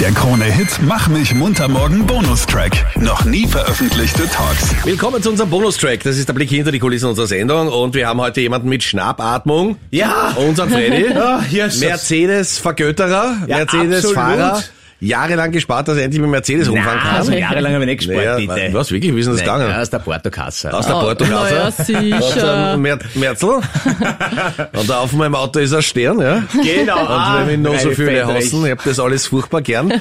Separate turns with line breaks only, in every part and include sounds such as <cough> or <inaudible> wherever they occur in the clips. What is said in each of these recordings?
Der Krone-Hit Mach mich munter morgen Bonustrack. Noch nie veröffentlichte Talks.
Willkommen zu unserem Bonustrack. Das ist der Blick hinter die Kulissen unserer Sendung und wir haben heute jemanden mit Schnappatmung.
Ja.
Unseren
<laughs>
Freddy.
Ah, Jesus.
Mercedes-Vergötterer,
Ja,
Mercedes-Fahrer.
absolut.
Jahrelang gespart, dass er endlich mit Mercedes rumfahren kann.
also jahrelang haben wir nicht gespart,
Naja,
bitte.
Was, wirklich? Wie ist denn das
Nein, also-
gegangen?
Aus der Portokasse.
Aus der
Oh, naja,
Portokasse.
sicher.
Mer
<laughs>
Merzel. und da auf meinem Auto ist ein Stern, ja.
Genau.
Und wenn noch so
Meine
viele
Fähnrich.
hassen, ich hab das alles furchtbar
<laughs>
gern.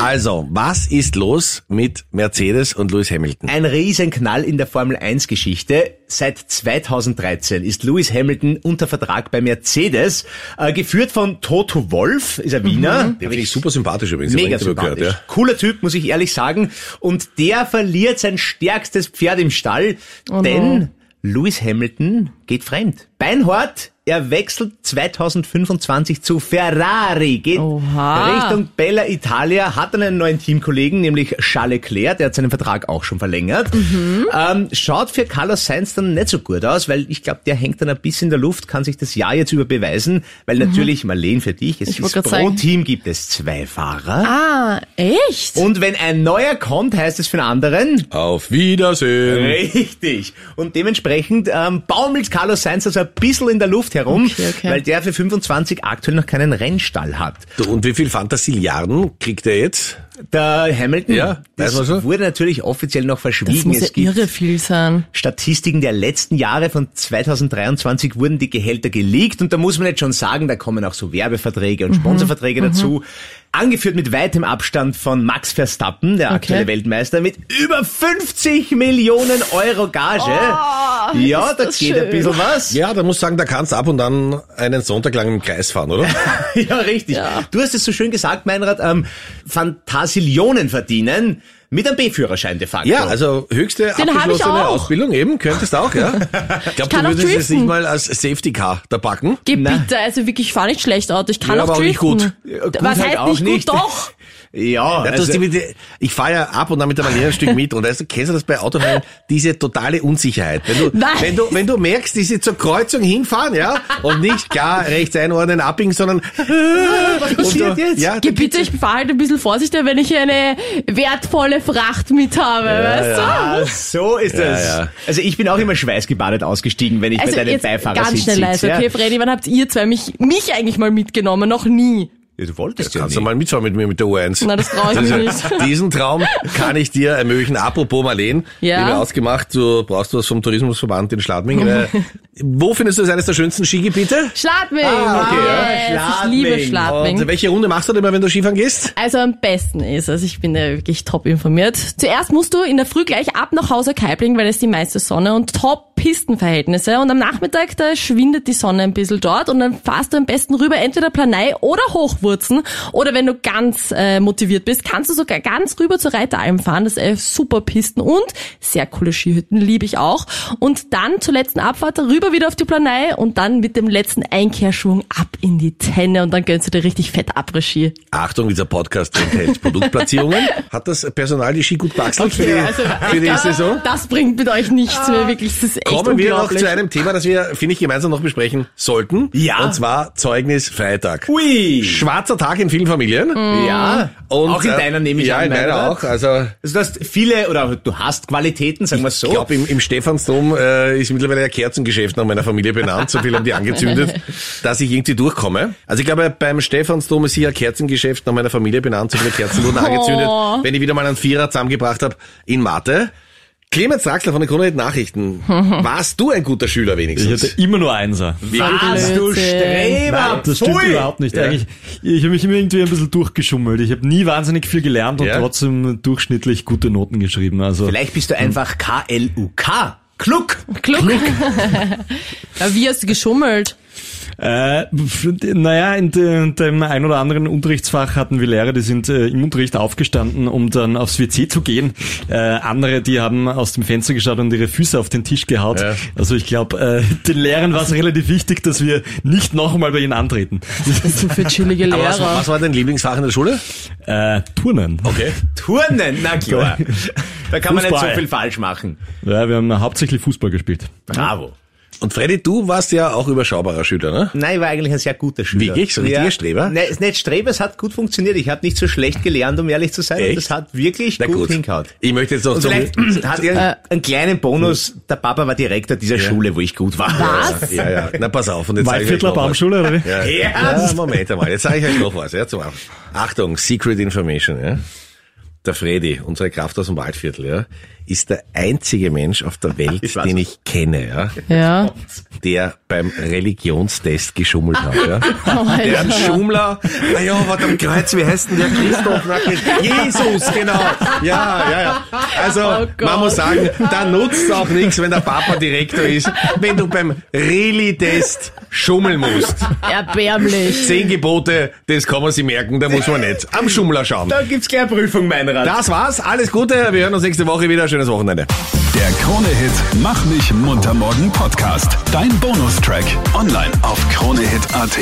Also, was ist los mit Mercedes und Lewis Hamilton?
Ein Riesenknall in der Formel 1 Geschichte. Seit 2013 ist Lewis Hamilton unter Vertrag bei Mercedes, äh, geführt von Toto Wolf, ist ein Wiener.
Den finde ich Mhm. super sympathisch übrigens. ich
Mega
hab ein Interview
sympathisch.
gehört, ja.
Cooler Typ, muss ich ehrlich sagen. Und der verliert sein stärkstes Pferd im Stall,
Oh
denn Lewis Hamilton geht fremd. Beinhardt, er wechselt 2025 zu Ferrari, geht
Oha.
Richtung Bella Italia, hat einen neuen Teamkollegen, nämlich Charles Leclerc, der hat seinen Vertrag auch schon verlängert.
Mhm.
Ähm, schaut für Carlos Sainz dann nicht so gut aus, weil ich glaube, der hängt dann ein bisschen in der Luft, kann sich das Jahr jetzt über beweisen, weil natürlich, Marleen, für dich, es
Mhm. Ich
ist
wollt
pro
grad sagen.
Team gibt es zwei Fahrer.
Ah, echt?
Und wenn ein neuer kommt, heißt es für einen anderen.
Auf
Mhm.
Wiedersehen.
Richtig. Und dementsprechend ähm, baumelt Carlos Sainz also ein bisschen in der Luft herum,
Okay, okay.
weil der für 25 aktuell noch keinen Rennstall hat.
Du, und wie viel Fantasiliarden kriegt er jetzt?
Der Hamilton,
Ja,
das
weiß man schon.
wurde natürlich offiziell noch
das
verschwiegen.
muss ja
es gibt
irre viel sein.
Statistiken der letzten Jahre von 2023 wurden die Gehälter geleakt und da muss man jetzt schon sagen, da kommen auch so Werbeverträge
Mhm.
und Sponsorverträge dazu. Angeführt mit weitem Abstand von Max Verstappen, der aktuelle Weltmeister, mit über 50 Millionen Euro Gage. ja, da geht
Oh, das
ein
schön.
bisschen was.
Ja, da muss sagen, da kannst du ab und an einen Sonntag lang im Kreis fahren, <laughs> oder?
<laughs> Ja, richtig. Du hast es so schön gesagt, Meinrad, ähm, Fantasillionen verdienen mit einem B-Führerschein de facto.
Ja, also höchste
Den hab ich
abgeschlossene
auch.
Ausbildung eben, könntest auch, ja. <laughs> Ich glaube, du
kann auch
würdest es
driften.
nicht mal als Safety Car da packen.
Geh
Na.
bitte, also wirklich, ich fahr nicht schlecht Auto. Ich kann
Ja,
auch
aber auch nicht
driften.
gut.
Ja, gut
Was
halt
heißt
auch
nicht gut?
nicht.
Doch.
ja, also
Ja, du hast die, mit- ich fahre ja ab und an mit der Marlene ein Stück mit und weißt du, kennst du das bei Autofahren, diese totale Unsicherheit. Wenn du,
Nein.
wenn du, wenn du merkst, die sind zur Kreuzung hinfahren, ja, und nicht klar rechts einordnen, abbiegen, sondern was
passiert jetzt?
Ja,
Geh bitte, ich fahr halt ein bisschen vorsichtiger, wenn ich eine wertvolle Fracht mit habe, weißt du?
Ah, so ist es.
ja.
Also ich bin auch immer schweißgebadet ausgestiegen, wenn ich
Also
mit einem
jetzt
Beifahrersitz
ganz schnell leise,
sitze.
okay, Freddy, wann habt ihr zwei mich, mich eigentlich mal mitgenommen? Noch nie.
ja. Du wolltest ja
Kannst du
nicht.
mal mitfahren mit mir mit der U1?
Na, das trau ich mir nicht.
<laughs> Diesen Traum kann ich dir ermöglichen. Apropos Marleen,
Ja?
wir haben ausgemacht, du brauchst was vom Tourismusverband in Schladming. Äh, Wo findest du es eines der schönsten Skigebiete?
Schladming!
Ah, okay, ja.
yes,
Schladming. Oh,
Ich liebe
Und
Schladming.
welche Runde machst du denn immer, wenn du Skifahren gehst?
Also am besten ist es, ich bin da wirklich top informiert. Zuerst musst du in der Früh gleich ab nach Hause Kaibling, weil es die meiste Sonne und top Pistenverhältnisse. Und am Nachmittag, da schwindet die Sonne ein bisschen dort und dann fahrst du am besten rüber, entweder Planei oder Hochwurzen. Oder wenn du ganz äh, motiviert bist, kannst du sogar ganz rüber zur Reiteralm fahren. Das äh, super Pisten und sehr coole Skihütten, liebe ich auch. Und dann zur letzten Abfahrt rüber wieder auf die Planei und dann mit dem letzten Einkehrschwung ab in die Tenne und dann gönnst du dir richtig fett Après-Ski.
Achtung, dieser Podcast enthält Produktplatzierungen.
<laughs>
Hat das Personal die Ski gut gebastelt für die,
also
für die Saison?
Das bringt mit euch nichts mehr, wirklich. Das ist echt
Kommen wir noch
unglaublich.
zu einem Thema, das wir, finde ich, gemeinsam noch besprechen sollten.
Ja.
Und zwar Zeugnis Freitag.
Ui!
Schwarzer Tag in vielen Familien.
Mhm.
Ja.
Und,
auch in
äh,
deiner nehme ich
ja,
an.
in meiner
Meinrad.
auch. Also
Also du hast viele, oder du hast Qualitäten, sagen wir so.
Ich glaube, im, im Stephansdom äh, ist mittlerweile ein Kerzengeschäft nach meiner Familie benannt, so viel haben die angezündet,
<laughs>
dass ich irgendwie durchkomme. Also ich glaube, beim Stephansdom ist hier ein Kerzengeschäft nach meiner Familie benannt, so viele Kerzen
<laughs>
wurden angezündet,
Oh.
wenn ich wieder mal einen Vierer zusammengebracht habe in Mathe. Clemens Draxler von der Krone Hit
<laughs>
Nachrichten. Warst du ein guter Schüler
Ich
wenigstens?
hatte immer nur Einser.
Was, du
Blödsinn.
Streber!
Das stimmt
Pfui.
überhaupt nicht.
Ja.
Eigentlich, ich habe mich immer irgendwie ein bisschen durchgeschummelt. Ich habe nie wahnsinnig viel gelernt und
Ja.
trotzdem durchschnittlich gute Noten geschrieben. Also
Vielleicht bist du einfach K-L-U-K. Kluck!
Kluck. <laughs> ja, wie hast du geschummelt?
Äh, f- naja, in de, dem ein oder anderen Unterrichtsfach hatten wir Lehrer, die sind äh, im Unterricht aufgestanden, um dann aufs WC zu gehen. Äh, andere, die haben aus dem Fenster geschaut und ihre Füße auf den Tisch gehaut.
Ja.
Also ich glaube, äh, den Lehrern war es relativ wichtig, dass wir nicht nochmal bei ihnen antreten.
Das sind für chillige
Aber was,
Lehrer.
was war dein Lieblingsfach in der Schule?
äh, Turnen.
Okay.
Turnen, na klar.
<laughs>
Da kann man nicht so
Fußball.
viel falsch machen.
Ja, wir haben hauptsächlich Fußball gespielt.
Bravo.
Und Freddy, du warst ja auch überschaubarer Schüler, ne?
Nein, ich war eigentlich ein sehr guter Schüler.
Wirklich? So ein richtiger Streber?
Nein, ist nicht Streber, es hat gut funktioniert. Ich habe nicht so schlecht gelernt, um ehrlich zu sein.
Echt?
Und das hat wirklich
Na
gut,
gut.
hingehauen.
Ich möchte jetzt noch
Und
zum-
vielleicht hat er einen, einen kleinen Bonus. Der Papa war Direktor dieser Schule, wo ich gut war.
Was?
Ja, ja. Na, pass auf. Und jetzt sag ich euch
Waldviertler
noch was.
Baumschule, oder wie?
Ja, ja,
Ernst?
Moment einmal. Jetzt sage ich euch noch was, ja, zum Abschluss. Achtung, Secret Information, ja. Der Freddy, unsere Kraft aus dem Waldviertel, ja, ist der einzige Mensch auf der Welt,
Ich weiß
den
es.
ich kenne, ja,
Ja.
der beim Religionstest geschummelt hat,
<laughs>
ja. Der
Alter.
hat Schummler, naja, was am Kreuz, wie heißt denn der Christoph? Na, Jesus, genau. Ja, ja, ja. Also,
Oh
man
Gott.
muss sagen, da nutzt auch nichts, wenn der Papa Direktor ist, wenn du beim Reli-Test schummeln musst.
Erbärmlich.
Zehn Gebote, das kann man sich merken, da muss man nicht am Schummler schauen.
Da gibt's gleich eine Prüfung, mein Rat.
Das war's, alles Gute, wir hören uns nächste Woche wieder, schönes Wochenende.
Der Krone-Hit Mach mich munter morgen Podcast. Dein Bonustrack. Online auf kronehit.at.